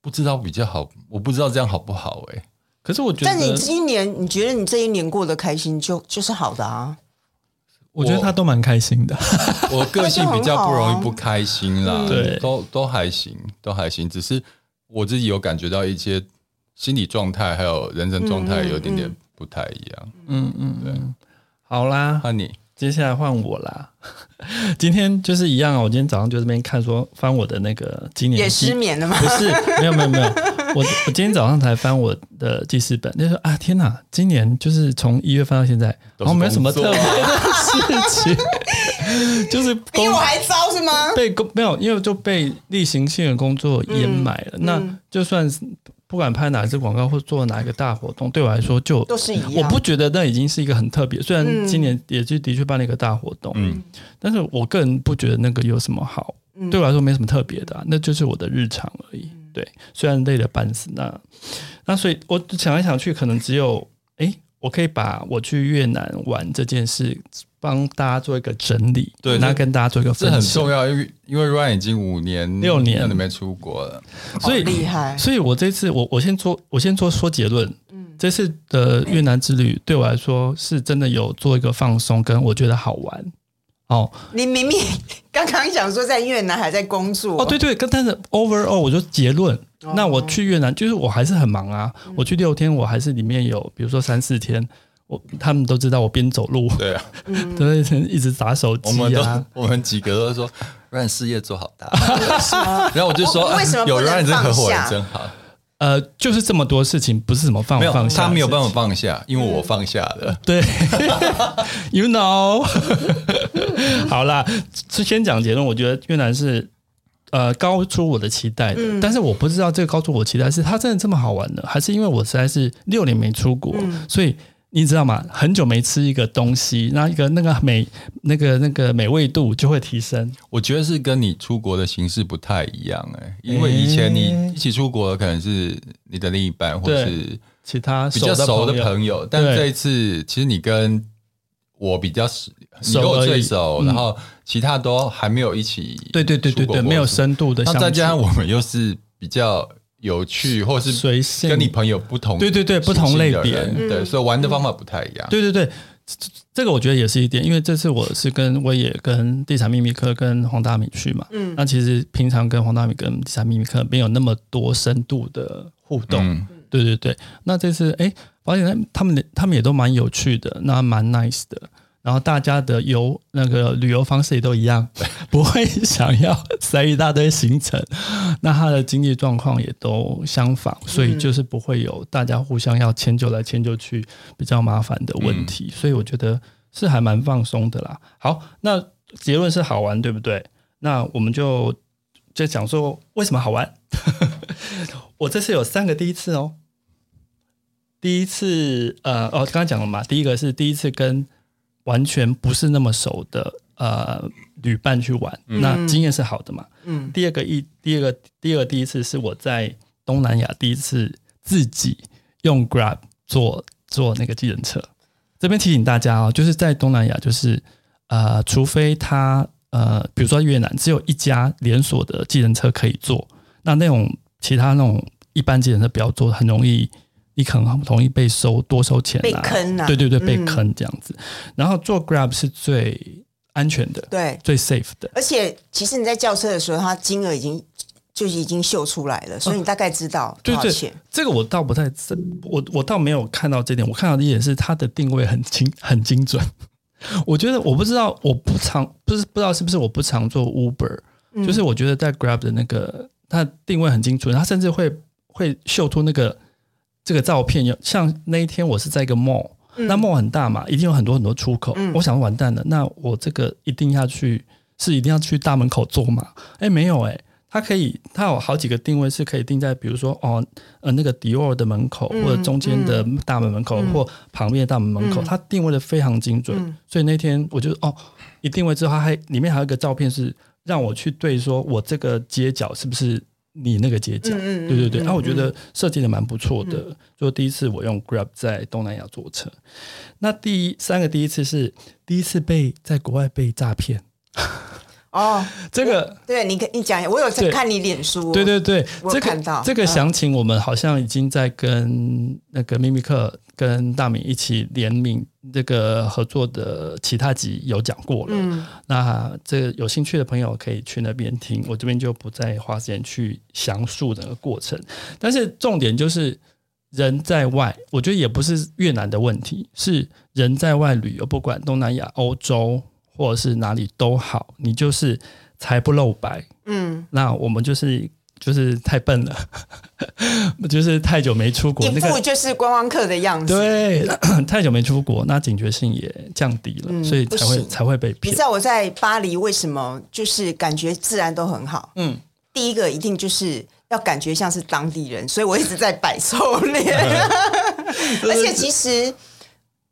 S2: 不知道比较好，我不知道这样好不好哎、
S1: 可是我觉
S3: 但你
S1: 得，
S3: 今年你觉得你这一年过得开心就，就是好的啊。
S1: 我觉得他都蛮开心的。
S2: 我个性比较不容易不开心 啦，
S1: 嗯对
S2: 都都还行，都还行，只是我自己有感觉到一些心理状态还有人生状态有
S3: 嗯
S2: 点点不太一样。
S1: 嗯嗯，对。好啦，
S2: 那、你
S1: 接下来换我 啦。今天就是一样啊，我今天早上就这边看说翻我的那个今年
S3: 也
S1: 的
S3: 失
S1: 记，
S3: 眠了 吗？
S1: 不是没有没有没有，我我今天早上才翻我的记事本，就说啊天哪，今年就是从一月份到现在，然
S2: 都是
S1: 后没有什么特
S2: 工
S1: 别
S2: 作
S1: 的事情， 就是
S3: 比
S1: 工
S3: 我还糟是吗？
S1: 被工没有，因为就被例行性的工作掩埋了。那就算是不管拍哪一支广告或做哪一个大活动，对我来说就
S3: 都是一样
S1: 我不觉得那已经是一个很特别。虽然
S3: 嗯
S1: 今年也就的确办了一个大活动，
S2: 嗯
S1: 但是我个人不觉得那个有什么好，
S3: 嗯
S1: 对我来说没什么特别的啊、那就是我的日常而已。对，虽然累得半死，那那所以我想来想去，可能只有诶，我可以把我去越南玩这件事。帮大家做一个整理，
S2: 对
S1: 那
S2: 这
S1: 跟大家做一个分
S2: 这
S1: 享，
S2: 很重要，因为因为 Ryan 已经五年
S1: 六年
S2: 都没出国了，
S1: 所以
S3: 好厉害
S1: 所以我这次我我先做我先做说结论，嗯，这次的越南之旅对我来说是真的有做一个放松，跟我觉得好玩。哦
S3: 你明 明刚刚想说在越南还在工作
S1: 哦，对对，跟但是 overall 我就结论，那我去越南就是我还是很忙啊，我去六天我还是里面有比如说三四天，我他们都知道我边走路，
S2: 对啊，
S1: 都一直一直打手
S2: 我
S1: 机
S2: 们都、
S1: 啊，
S2: 我们几个都说 Ryan 事业做好 大，然后我就说
S3: 我为什么
S2: 有
S3: 不能
S2: Ryan 这合伙
S3: 放
S2: 人
S3: 下
S2: 真好，
S1: 呃，就是这么多事情，不是什么放
S2: 没有
S1: 放下，
S2: 他没有办法放下，因为我放下了。
S1: 对 ，You know，好啦，是先讲结论。我觉得越南是呃高出我的期待的，但是我不知道这个高出我期待是它真的这么好玩呢，还是因为我实在是六年没出国，所以。你知道吗？很久没吃一个东西，那一个那个美那个那个美味度就会提升。
S2: 我觉得是跟你出国的形式不太一样哎、因为以前你一起出国的可能是你的另一半或
S1: 对
S2: 是
S1: 其他
S2: 比较熟的
S1: 朋友
S2: 朋友，但
S1: 对
S2: 这一次其实你跟我比较熟，你跟我
S1: 熟而已
S2: 最熟，
S1: 嗯
S2: 然后其他都还没有一起
S1: 对对对对
S2: 出国
S1: 对，
S2: 过
S1: 没有深度的
S2: 那
S1: 相
S2: 再加上
S1: 处，
S2: 我们又是比较有趣，或是
S1: 随性
S2: 跟你朋友不同，
S1: 对对对不同类别
S2: 对，所以玩的方法不太一样。
S1: 对对对，这这个我觉得也是一点，因为这次我是跟我也跟地产秘密课跟黄大米去嘛，嗯，那其实平常跟黄大米跟地产秘密课没有那么多深度的互动，
S2: 嗯
S1: 对对对。那这次哎，发现他们他们也都蛮有趣的，那蛮 nice 的。然后大家的游那个旅游方式也都一样，不会想要塞一大堆行程。那他的经济状况也都相仿，所以就是不会有大家互相要迁就来迁就去比较麻烦的问题。所以我觉得是还蛮放松的啦。好，那结论是好玩，对不对？那我们就就讲说为什么好玩。我这次有三个第一次哦。第一次，呃，哦，刚刚讲了嘛，第一个是第一次跟完全不是那么熟的呃旅伴去玩，那经验是好的嘛。
S3: 嗯
S1: 第二个一，第二个第二个第一次是我在东南亚第一次自己用 Grab 坐坐那个计程车。这边提醒大家哦，就是在东南亚，就是呃，除非它呃，比如说越南只有一家连锁的计程车可以坐，那那种其他那种一般计程车不要坐，很容易你可能很容易被收多收钱、啊，
S3: 被坑啊
S1: 对对对，被
S3: 嗯
S1: 坑这样子。然后坐 Grab 是最安全的，
S3: 对，
S1: 最 safe 的。
S3: 而且其实你在叫车的时候，它金额已经就是已经秀出来
S1: 哦
S3: 了，所以你大概知道多
S1: 对
S3: 少
S1: 对
S3: 钱。，
S1: 这个我倒不太，这我我倒没有看到这点。我看到的一点是它的定位很精 很精准。我觉得我不知道，我不常不是不知道是不是我不常做 Uber，、就是我觉得在 Grab 的那个它的定位很精准，它甚至会会秀出那个这个照片。有像那一天我是在一个 mall，、那
S3: 嗯
S1: mall 很大嘛，一定有很多很多出口。我想完蛋了，那我这个一定要去是一定要去大门口坐嘛？哎，没有哎、它可以它有好几个定位是可以定在，比如说哦呃那个迪奥的门口，或者中间的大门门口，或旁边的大门门口，它定位的非常精准。所以那天我就哦一定位之后，它还里面还有一个照片是让我去对说我这个街角是不是。你那个街角，
S3: 嗯嗯嗯
S1: 对对对，
S3: 嗯
S1: 那、我觉
S3: 嗯
S1: 得设计的蛮不错的。就第一次我用 Grab 在东南亚坐车，那第一三个第一次是第一次被在国外被诈骗，
S3: 哦，
S1: 这个
S3: 对，你可你讲一下，我有在
S1: 对
S3: 看你脸书，哦
S1: 对对对，
S3: 我
S1: 这
S3: 看
S1: 个
S3: 到嗯
S1: 这个详情我们好像已经在跟那个秘密课跟大米一起联名这个合作的其他集有讲过了。
S3: 嗯
S1: 那这个有兴趣的朋友可以去那边听，我这边就不再花时间去详述整个过程。但是重点就是人在外，我觉得也不是越南的问题，是人在外旅游，不管东南亚、欧洲或者是哪里都好，你就是财不露白。
S3: 嗯，
S1: 那我们就是就是太笨了， 就是太久没出国，
S3: 一
S1: 那
S3: 副
S1: 个
S3: 就是观光客的样子。
S1: 对 太久没出国，那警觉性也降低了，
S3: 嗯
S1: 所以才会
S3: 不行
S1: 才会被
S3: 你
S1: 骗
S3: 知。道我在巴黎为什么就是感觉自然都很好？
S1: 嗯，
S3: 第一个一定就是要感觉像是当地人，所以我一直在摆臭脸。 而且其实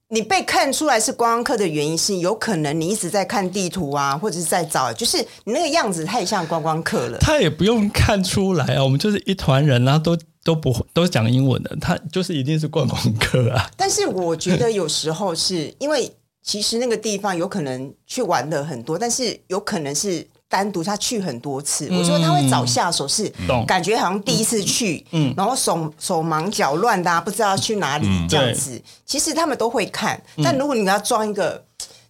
S3: 你被看出来是观光客的原因是，有可能你一直在看地图啊，或者是在找，就是你那个样子太像观光客了。
S1: 他也不用看出来啊，我们就是一团人啊，都都不会都讲英文的，他就是一定是观光客啊。
S3: 但是我觉得有时候是因为其实那个地方有可能去玩的很多，但是有可能是单独他去很多次。我说他会找下手是，
S1: 懂
S3: 感觉好像第一次去，嗯，然后手手忙脚乱的、啊，不知道去哪里、这样子。其实他们都会看，但如果你要装一个，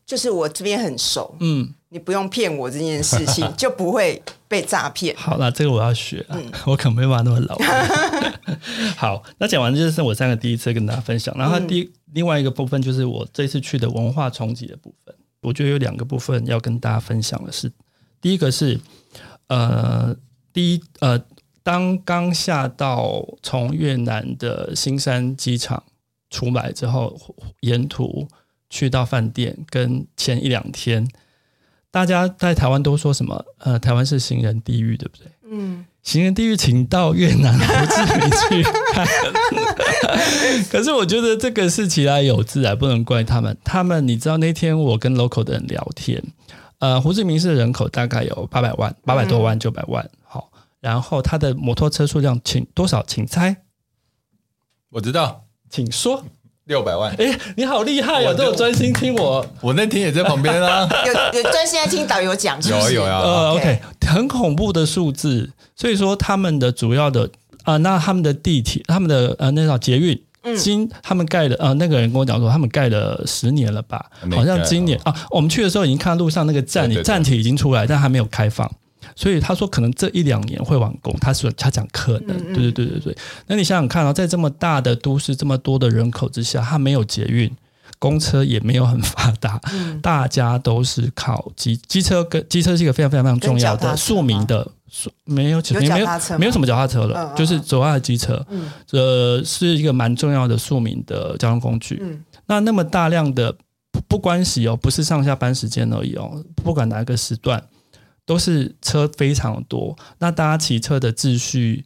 S3: 就是我这边很熟，
S1: 嗯，
S3: 你不用骗我这件事情，就不会被诈 骗。
S1: 好啦，这个我要学啊， 我可能没办法那么老。 好，那讲完这是我三个第一次跟大家分享，然后第、另外一个部分就是我这次去的文化冲击的部分，我觉得有两个部分要跟大家分享的是，第一个是呃，第一呃，当刚下到从越南的新山机场出来之后，沿途去到饭店跟前一两天。大家在台湾都说什么？呃，台湾是行人地狱，对不对？
S3: 嗯，
S1: 行人地狱，请到越南胡志明去看。 可是我觉得这个是其来有自啊，不能怪他们。他们，你知道那天我跟 local 的人聊天，呃，胡志明市的人口大概有八百万，八百多万，九百万，好、然后他的摩托车数量，请多少？请猜，
S2: 我知道
S1: 请说。
S2: 六百万，
S1: 哎，你好厉害哦，
S2: 我
S1: 都有专心听我。
S2: 我那天也在旁边 啊，
S3: 有有专心在听导游讲，是
S2: 有
S3: 不
S2: 啊
S3: 是
S2: 有啊，
S1: 呃
S3: OK
S1: ，OK，很恐怖的数字。所以说他们的主要的啊、呃那他们的地铁，他们的呃那叫捷运。今他们盖了，呃，那个人跟我讲说，他们盖了十年了吧？
S2: 没
S1: 好像
S2: 盖哦
S1: 今年啊，我们去的时候已经看到路上那个站，
S2: 对对
S1: 你
S2: 对
S1: 站体已经出来，但还没有开放。所以他说可能这一两年会完工，他说他讲可能，对对对对对。那你想想看啊，在这么大的都市，这么多的人口之下，它没有捷运，公车也没有很发达，
S3: 嗯
S1: 大家都是靠机机车跟机车是一个非常非常非常重要
S3: 跟脚踏
S1: 的
S3: 车
S1: 庶民的。庶没有，
S3: 有
S1: 没
S3: 脚
S1: 有
S3: 踏车吗
S1: 没有什么脚踏车了，
S3: 嗯嗯嗯
S1: 就是走外的机车，呃，是一个蛮重要的庶民的交通工具。
S3: 嗯
S1: 那那么大量的不不关系哦，不是上下班时间而已哦，不管哪个时段，都是车非常多。那大家骑车的秩序，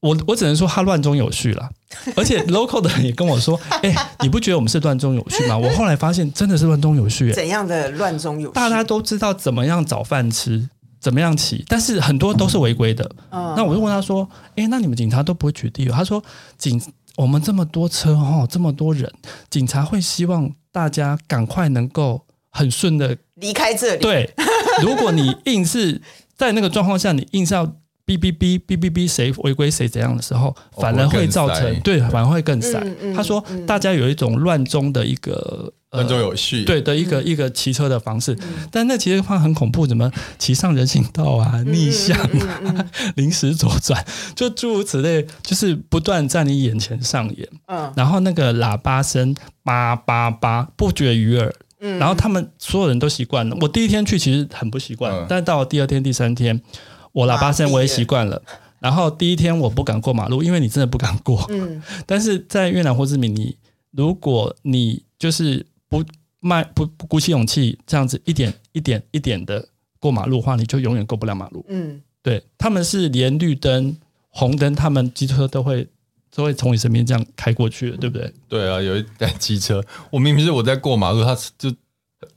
S1: 我我只能说它乱中有序 啦。而且 local 的人也跟我说，哎、你不觉得我们是乱中有序吗？我后来发现真的是乱中有序、哎
S3: 怎样的乱中有序？
S1: 大家都知道怎么样找饭吃。怎么样骑？但是很多都是违规的。
S3: 嗯
S1: 那我就问他说：“哎，那你们警察都不会取缔哦？”他说：“警，我们这么多车哦，这么多人，警察会希望大家赶快能够很顺的。
S3: 离开这里，
S1: 对， 如果你硬是在那个状况下，你硬是要哔哔哔哔哔哔谁违规谁怎样的时候，
S2: 哦
S1: 反而会造
S2: 会更
S1: 成
S2: 塞
S1: 对，反而会更塞
S3: 嗯嗯。
S1: 他说
S3: 嗯
S1: 大家有一种乱中的一个呃
S2: 乱中有序，
S1: 对的一个一个骑车的方式，但那骑车方很恐怖，怎么骑上人行道啊、
S3: 嗯
S1: 逆向啊、临时左转，就诸如此类，就是不断在你眼前上演。
S3: 嗯
S1: 然后那个喇叭声叭叭叭不绝于耳，然后他们所有人都习惯了。我第一天去其实很不习惯，
S2: 嗯
S1: 但是到了第二天、第三天，我喇叭声我也习惯了。然后第一天我不敢过马路，因为你真的不敢过。
S3: 嗯
S1: 但是在越南胡志明，你如果你就是不迈不不鼓起勇气这样子一点一点一点的过马路的话，你就永远过不了马路。
S3: 嗯，
S1: 对，他们是连绿灯、红灯，他们机车都会都会从你身边这样开过去的，对不对？
S2: 对啊，有一台机车，我明明是我在过马路，他就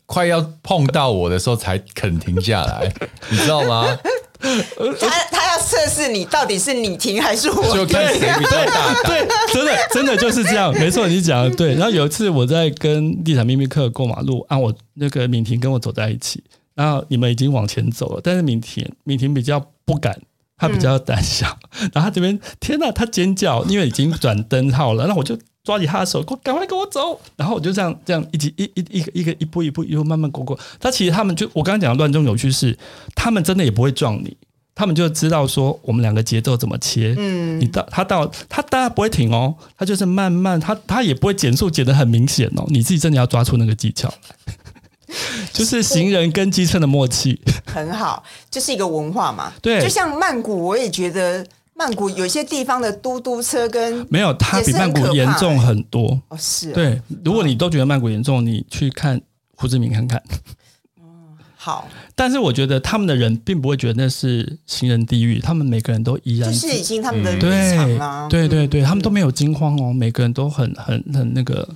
S2: 快要碰到我的时候才肯停下来， 你知道吗？
S1: 呃
S3: 他他要测试你到底是你停还是
S2: 就
S3: 我
S2: 看谁比较大胆。
S1: 对，真的真的就是这样，没错，你讲的对。然后有一次我在跟地产秘密课过马路，啊，我那个敏婷跟我走在一起，然后你们已经往前走了，但是敏婷敏婷比较不敢。她比较胆小，然后她这边天哪，她尖叫，因为已经转灯号了，那我就抓起她的手，给我赶快跟我走，然后我就这样这样一起一一一个一个一步一步一路慢慢过过。他其实他们就我刚刚讲的乱中有序是，他们真的也不会撞你，他们就知道说我们两个节奏怎么切，嗯，你到他到他当然不会停哦，他就是慢慢他他也不会减速减得很明显哦，你自己真的要抓住那个技 巧，就是行人跟机车的默契，
S3: 很好，这是一个文化嘛。
S1: 对
S3: 就像曼谷，我也觉得曼谷有些地方的嘟嘟车跟
S1: 没有他
S3: 也
S1: 比
S3: 是很
S1: 曼谷
S3: 可怕
S1: 严重很多，
S3: 哦是哦
S1: 对，如果你都觉得曼谷严重，你去看胡志明看看，
S3: 好，
S1: 但是我觉得他们的人并不会觉得那是行人地狱，他们每个人都依然
S3: 就是已经他们的
S2: 嗯
S3: 日常啦。
S1: 对对对对，他们都没有惊慌哦，每个人都很很很那个。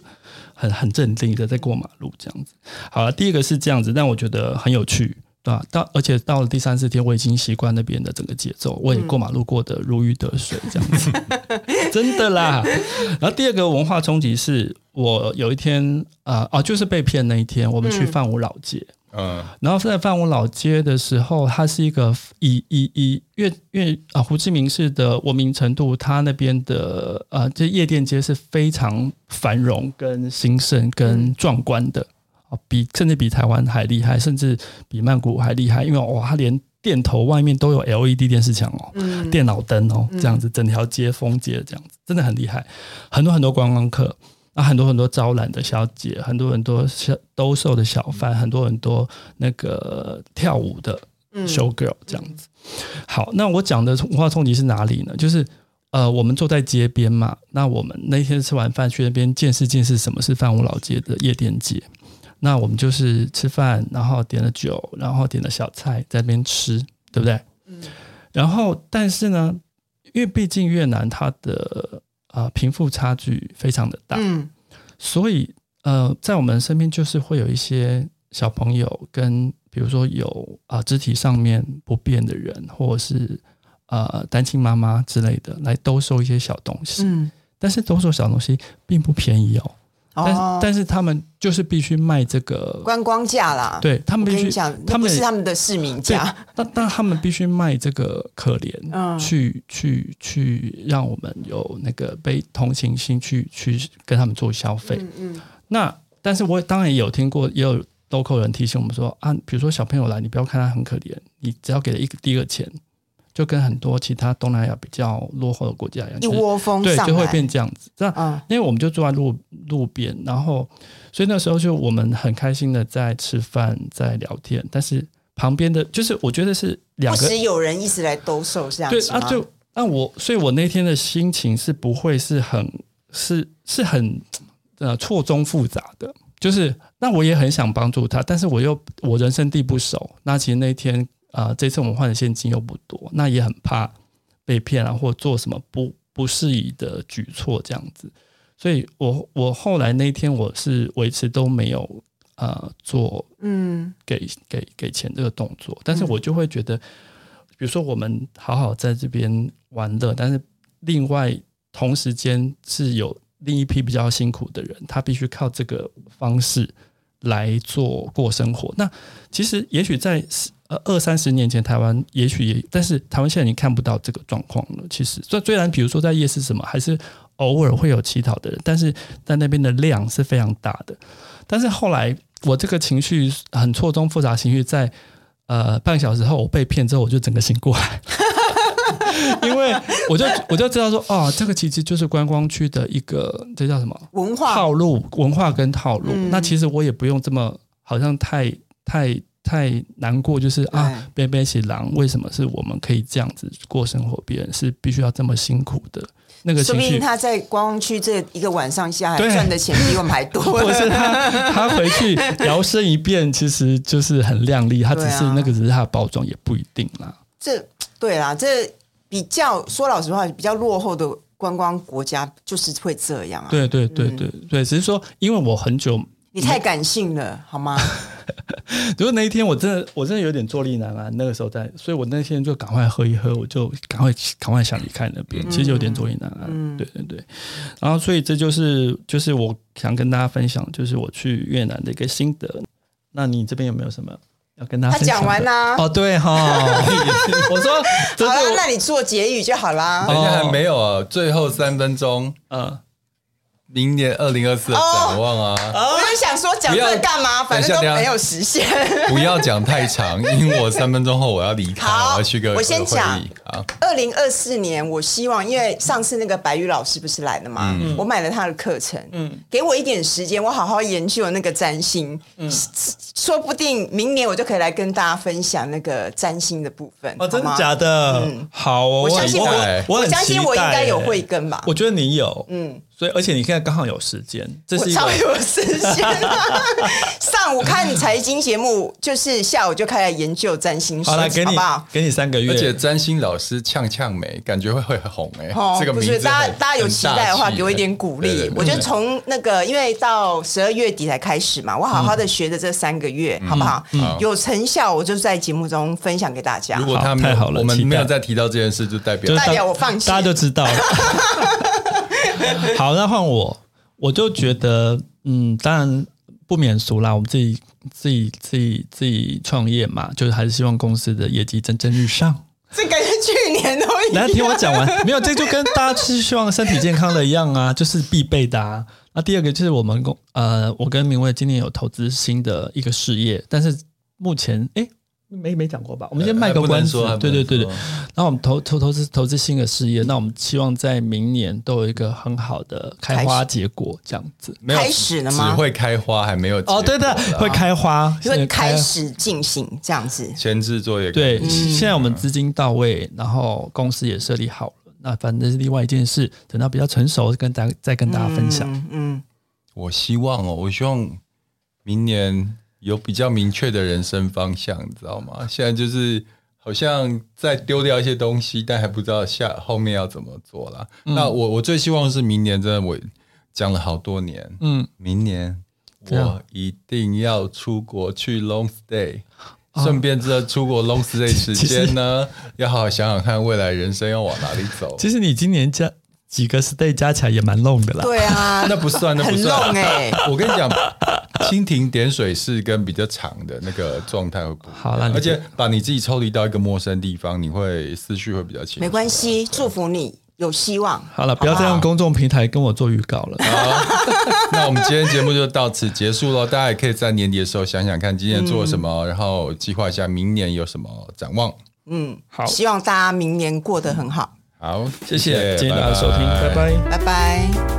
S1: 很很镇定的在过马路这样子。好了，第一个是这样子，但我觉得很有趣，对吧、到而且到了第三四天，我已经习惯那边的整个节奏，我也过马路过得如鱼得水这样子，真的啦。然后第二个文化冲击是我有一天啊啊，就是被骗那一天，我们去范武老街，
S2: 嗯，
S1: 然后在范武老街的时候，它是一个以以以越越啊胡志明市的文明程度，它那边的呃这夜店街是非常繁荣、跟兴盛、跟壮观的啊，比甚至比台湾还厉害，甚至比曼谷还厉害，因为哇，它连店头外面都有 LED 电视墙哦，电脑灯哦，这样子整条街封街这样子，真的很厉害，很多很多观光客。啊，很多很多招揽的小姐，很多很多小兜售的小贩，很多很多那个跳舞的 show girl 这样子。好，那我讲的文化冲击是哪里呢？就是呃，我们坐在街边嘛，那我们那天吃完饭去那边见识见识什么是范武老街的夜店街。那我们就是吃饭，然后点了酒，然后点了小菜，在那边吃，对不对？然后，但是呢，因为毕竟越南它的啊贫富差距非常的大，
S3: 嗯，
S1: 所以呃，在我们身边就是会有一些小朋友跟比如说有啊、肢体上面不便的人，或者是呃单亲妈妈之类的来兜售一些小东西，
S3: 嗯，
S1: 但是兜售小东西并不便宜哦，但是、
S3: 哦，
S1: 但是他们就是必须卖这个，
S3: 观光价啦，，
S1: 对他
S3: 我
S1: 们
S3: 跟
S1: 必
S3: 你
S1: 须
S3: 讲，
S1: 他
S3: 那不
S1: 们
S3: 是他们的市民
S1: 对
S3: 价，，
S1: 那那他们必须卖这个可怜，
S3: 嗯
S1: 去去去，让我们有那个被同情心去去跟他们做消费。
S3: 嗯嗯，
S1: 那但是我当然也有听过，也有 local 人提醒我们说啊，比如说小朋友来，你不要看他很可怜，你只要给了一个第一个钱，就跟很多其他东南亚比较落后的国家一样，
S3: 一
S1: 就是
S3: 窝蜂
S1: 对，
S3: 上
S1: 就会
S3: 来，
S1: 变这样子。那
S3: 嗯
S1: 因为我们就坐在路路边，然后所以那时候就我们很开心的在吃饭，在聊天，但是旁边的就是我觉得是两
S3: 不
S1: 个
S3: 时有人一直来兜售这样
S1: 对
S3: 子
S1: 啊
S3: 吗，
S1: 就那我，所以我那天的心情是不会是很是是很呃错综复杂的，就是那我也很想帮助他，但是我又我人生地不熟，那其实那天啊、呃这次我们换的现金又不多，那也很怕被骗啊，或做什么不不适宜的举措这样子，所以我我后来那一天我是维持都没有呃做
S3: 嗯
S1: 给给给钱这个动作，但是我就会觉得，比如说我们好好在这边玩乐，但是另外同时间是有另一批比较辛苦的人，他必须靠这个方式来做过生活。那其实也许在十呃二三十年前，台湾也许也，但是台湾现在已经看不到这个状况了。其实虽虽然比如说在夜市什么，还是偶尔会有乞讨的人，但是在那边的量是非常大的。但是后来我这个情绪很错综复杂，情绪在呃半个小时后我被骗之后，我就整个醒过来， 因为我就我就知道说，哦，这个其实就是观光区的一个这叫什么
S3: 文化
S1: 套路文化跟套路。
S3: 嗯
S1: 那其实我也不用这么好像太太太难过，就是啊，
S3: 对
S1: 边边是狼，为什么是我们可以这样子过生活，别人是必须要这么辛苦的那个情
S3: 说不定
S1: 绪。
S3: 他在观光区这一个晚上下来
S1: 对
S3: 赚的钱比我们还 多，
S1: 或者是他 他回去摇身一变，其实就是很靓丽，他只
S3: 对
S1: 是
S3: 啊
S1: 那个只是他的包装，也不一定啦。
S3: 这对啦，这比较说老实话，比较落后的观光国家就是会这样啊。
S1: 对对对对对，只是说，因为我很久，
S3: 你太感性了，好吗？
S1: 如果那一天我真的我真的有点坐立难安，那个时候在，所以我那天就赶快喝一喝，我就赶快赶快想离开那边，其实
S3: 嗯
S1: 有点坐立难安。对对对，然后所以这就是就是我想跟大家分享，就是我去越南的一个心得。那你这边有没有什么要跟大家
S3: 他
S1: 分享的？
S3: 讲完啦、
S1: 哦，对 哈，我说这
S3: 好
S1: 是
S3: 啦，
S1: 我
S3: 那你做结语就好啦。
S2: 人家还没有啊，最后三分钟，
S1: 呃，
S2: 明年二零二四的展望啊，
S3: 我就想说讲这个干嘛？
S2: 不要
S3: 反正都
S2: 等一下
S3: 没有实现。
S2: 不要讲太长，因为我三分钟后我要离开，
S3: 好
S2: 我要去个
S3: 我先
S2: 个会
S3: 讲
S2: 议啊。
S3: 二零二四年，我希望，因为上次那个白宇老师不是来了嘛，
S4: 嗯
S3: 我买了他的课程，嗯，给我一点时间，我好好研究那个占星，嗯，说不定明年我就可以来跟大家分享那个占星的部分，
S4: 哦，真的
S3: 好吗嗯
S4: 假的？好哦，我
S3: 我相信
S4: 我
S3: 我
S4: 我很
S3: 相信我
S4: 期
S3: 应
S4: 待
S3: 该有
S4: 耶
S3: 慧根吧，
S4: 我觉得你有，
S3: 嗯
S4: 嗯，所以而且你现在刚好有时间，这
S3: 我
S4: 是一
S3: 超
S4: 个
S3: 有时间、 啊。上午看财经节目，就是下午就开始研究占星术，
S4: 好来给
S3: 好
S4: 你
S3: 不好？
S4: 给你三个月，
S2: 而且占星老师呛呛眉，感觉会会红哎、
S3: 哦
S2: 这个
S3: 不
S2: 名
S3: 是
S2: 字
S3: 大家
S2: 很
S3: 大家有期待的话，
S2: 很大气哎
S3: 给我一点鼓
S2: 对
S3: 励
S2: 对。对
S3: 我就从那个，因为到十二月底才开始嘛，我好好的
S2: 嗯
S3: 学的这三个月，好不好？
S2: 好
S3: 有成效，我就在节目中分享给大家
S2: 嗯如。果他没
S1: 太
S2: 有
S1: 好了
S2: 我们
S1: 期待
S2: 没有再提到这件事，就代表
S1: 就是
S3: 代表
S1: 大
S3: 我放弃
S1: 大家就 知道了。好，那换我，我就觉得，嗯，当然不免俗啦，我们自己自己自己自己创业嘛，就是还是希望公司的业绩蒸蒸日上。
S3: 这个跟去年都 一
S1: 来
S3: 样。
S1: 听我讲完，没有，这就跟大家是希望身体健康的一样啊， 就是必备的啊。那第二个就是我们公呃，我跟明慧今年有投资新的一个事业，但是目前哎没没讲过吧？我们先卖个
S2: 呃还不能
S1: 关子
S2: 说，还不
S1: 对
S2: 能
S1: 对对对
S2: 说。
S1: 那我们投投投资投资新的事业，那我们希望在明年都有一个很好的开花结果，这样子。
S2: 没有
S3: 开始了
S2: 只
S3: 吗
S2: 会开花，还没有
S1: 哦，对的
S2: 结果，啦啊
S1: 会开花，
S3: 就会
S1: 是
S3: 开始进行这样子，
S2: 前置作业
S1: 对，现在我们资金到位，然后公司也设立好了，那反正是另外一件事，等到比较成熟跟大再跟大家分享。
S3: 嗯嗯，
S2: 我希望哦，我希望明年有比较明确的人生方向，你知道吗？现在就是好像在丢掉一些东西，但还不知道下后面要怎么做啦。那我我最希望是明年，真的我讲了好多年，
S1: 嗯，
S2: 明年
S1: 这样
S2: 我一定要出国去 long stay。顺便这出国 long stay 时间 呢，要好好想想看未来人生要往哪里走。
S1: 其实你今年加几个 stay 加起来也蛮弄的啦。
S3: 对啊，
S2: 那不算，那不
S3: 很
S2: 算啊
S3: 弄。哎。
S2: 我跟你讲，蜻蜓点水式跟比较长的那个状态会不一样
S1: 好啦你
S2: 而且把你自己抽离到一个陌生地方，你会思绪会比较清楚。
S3: 没关系，祝福你有希望。
S1: 好了，不要再用公众平台跟我做预告了。
S2: 好，那我们今天节目就到此结束喽。大家也可以在年底的时候想想看今年做了什
S1: 嗯
S2: 么，然后计划一下明年有什么展望。
S1: 好，
S3: 希望大家明年过得很好，
S2: 好，
S1: 谢谢今天大家的收听，
S2: 拜
S1: 拜拜
S3: 拜拜。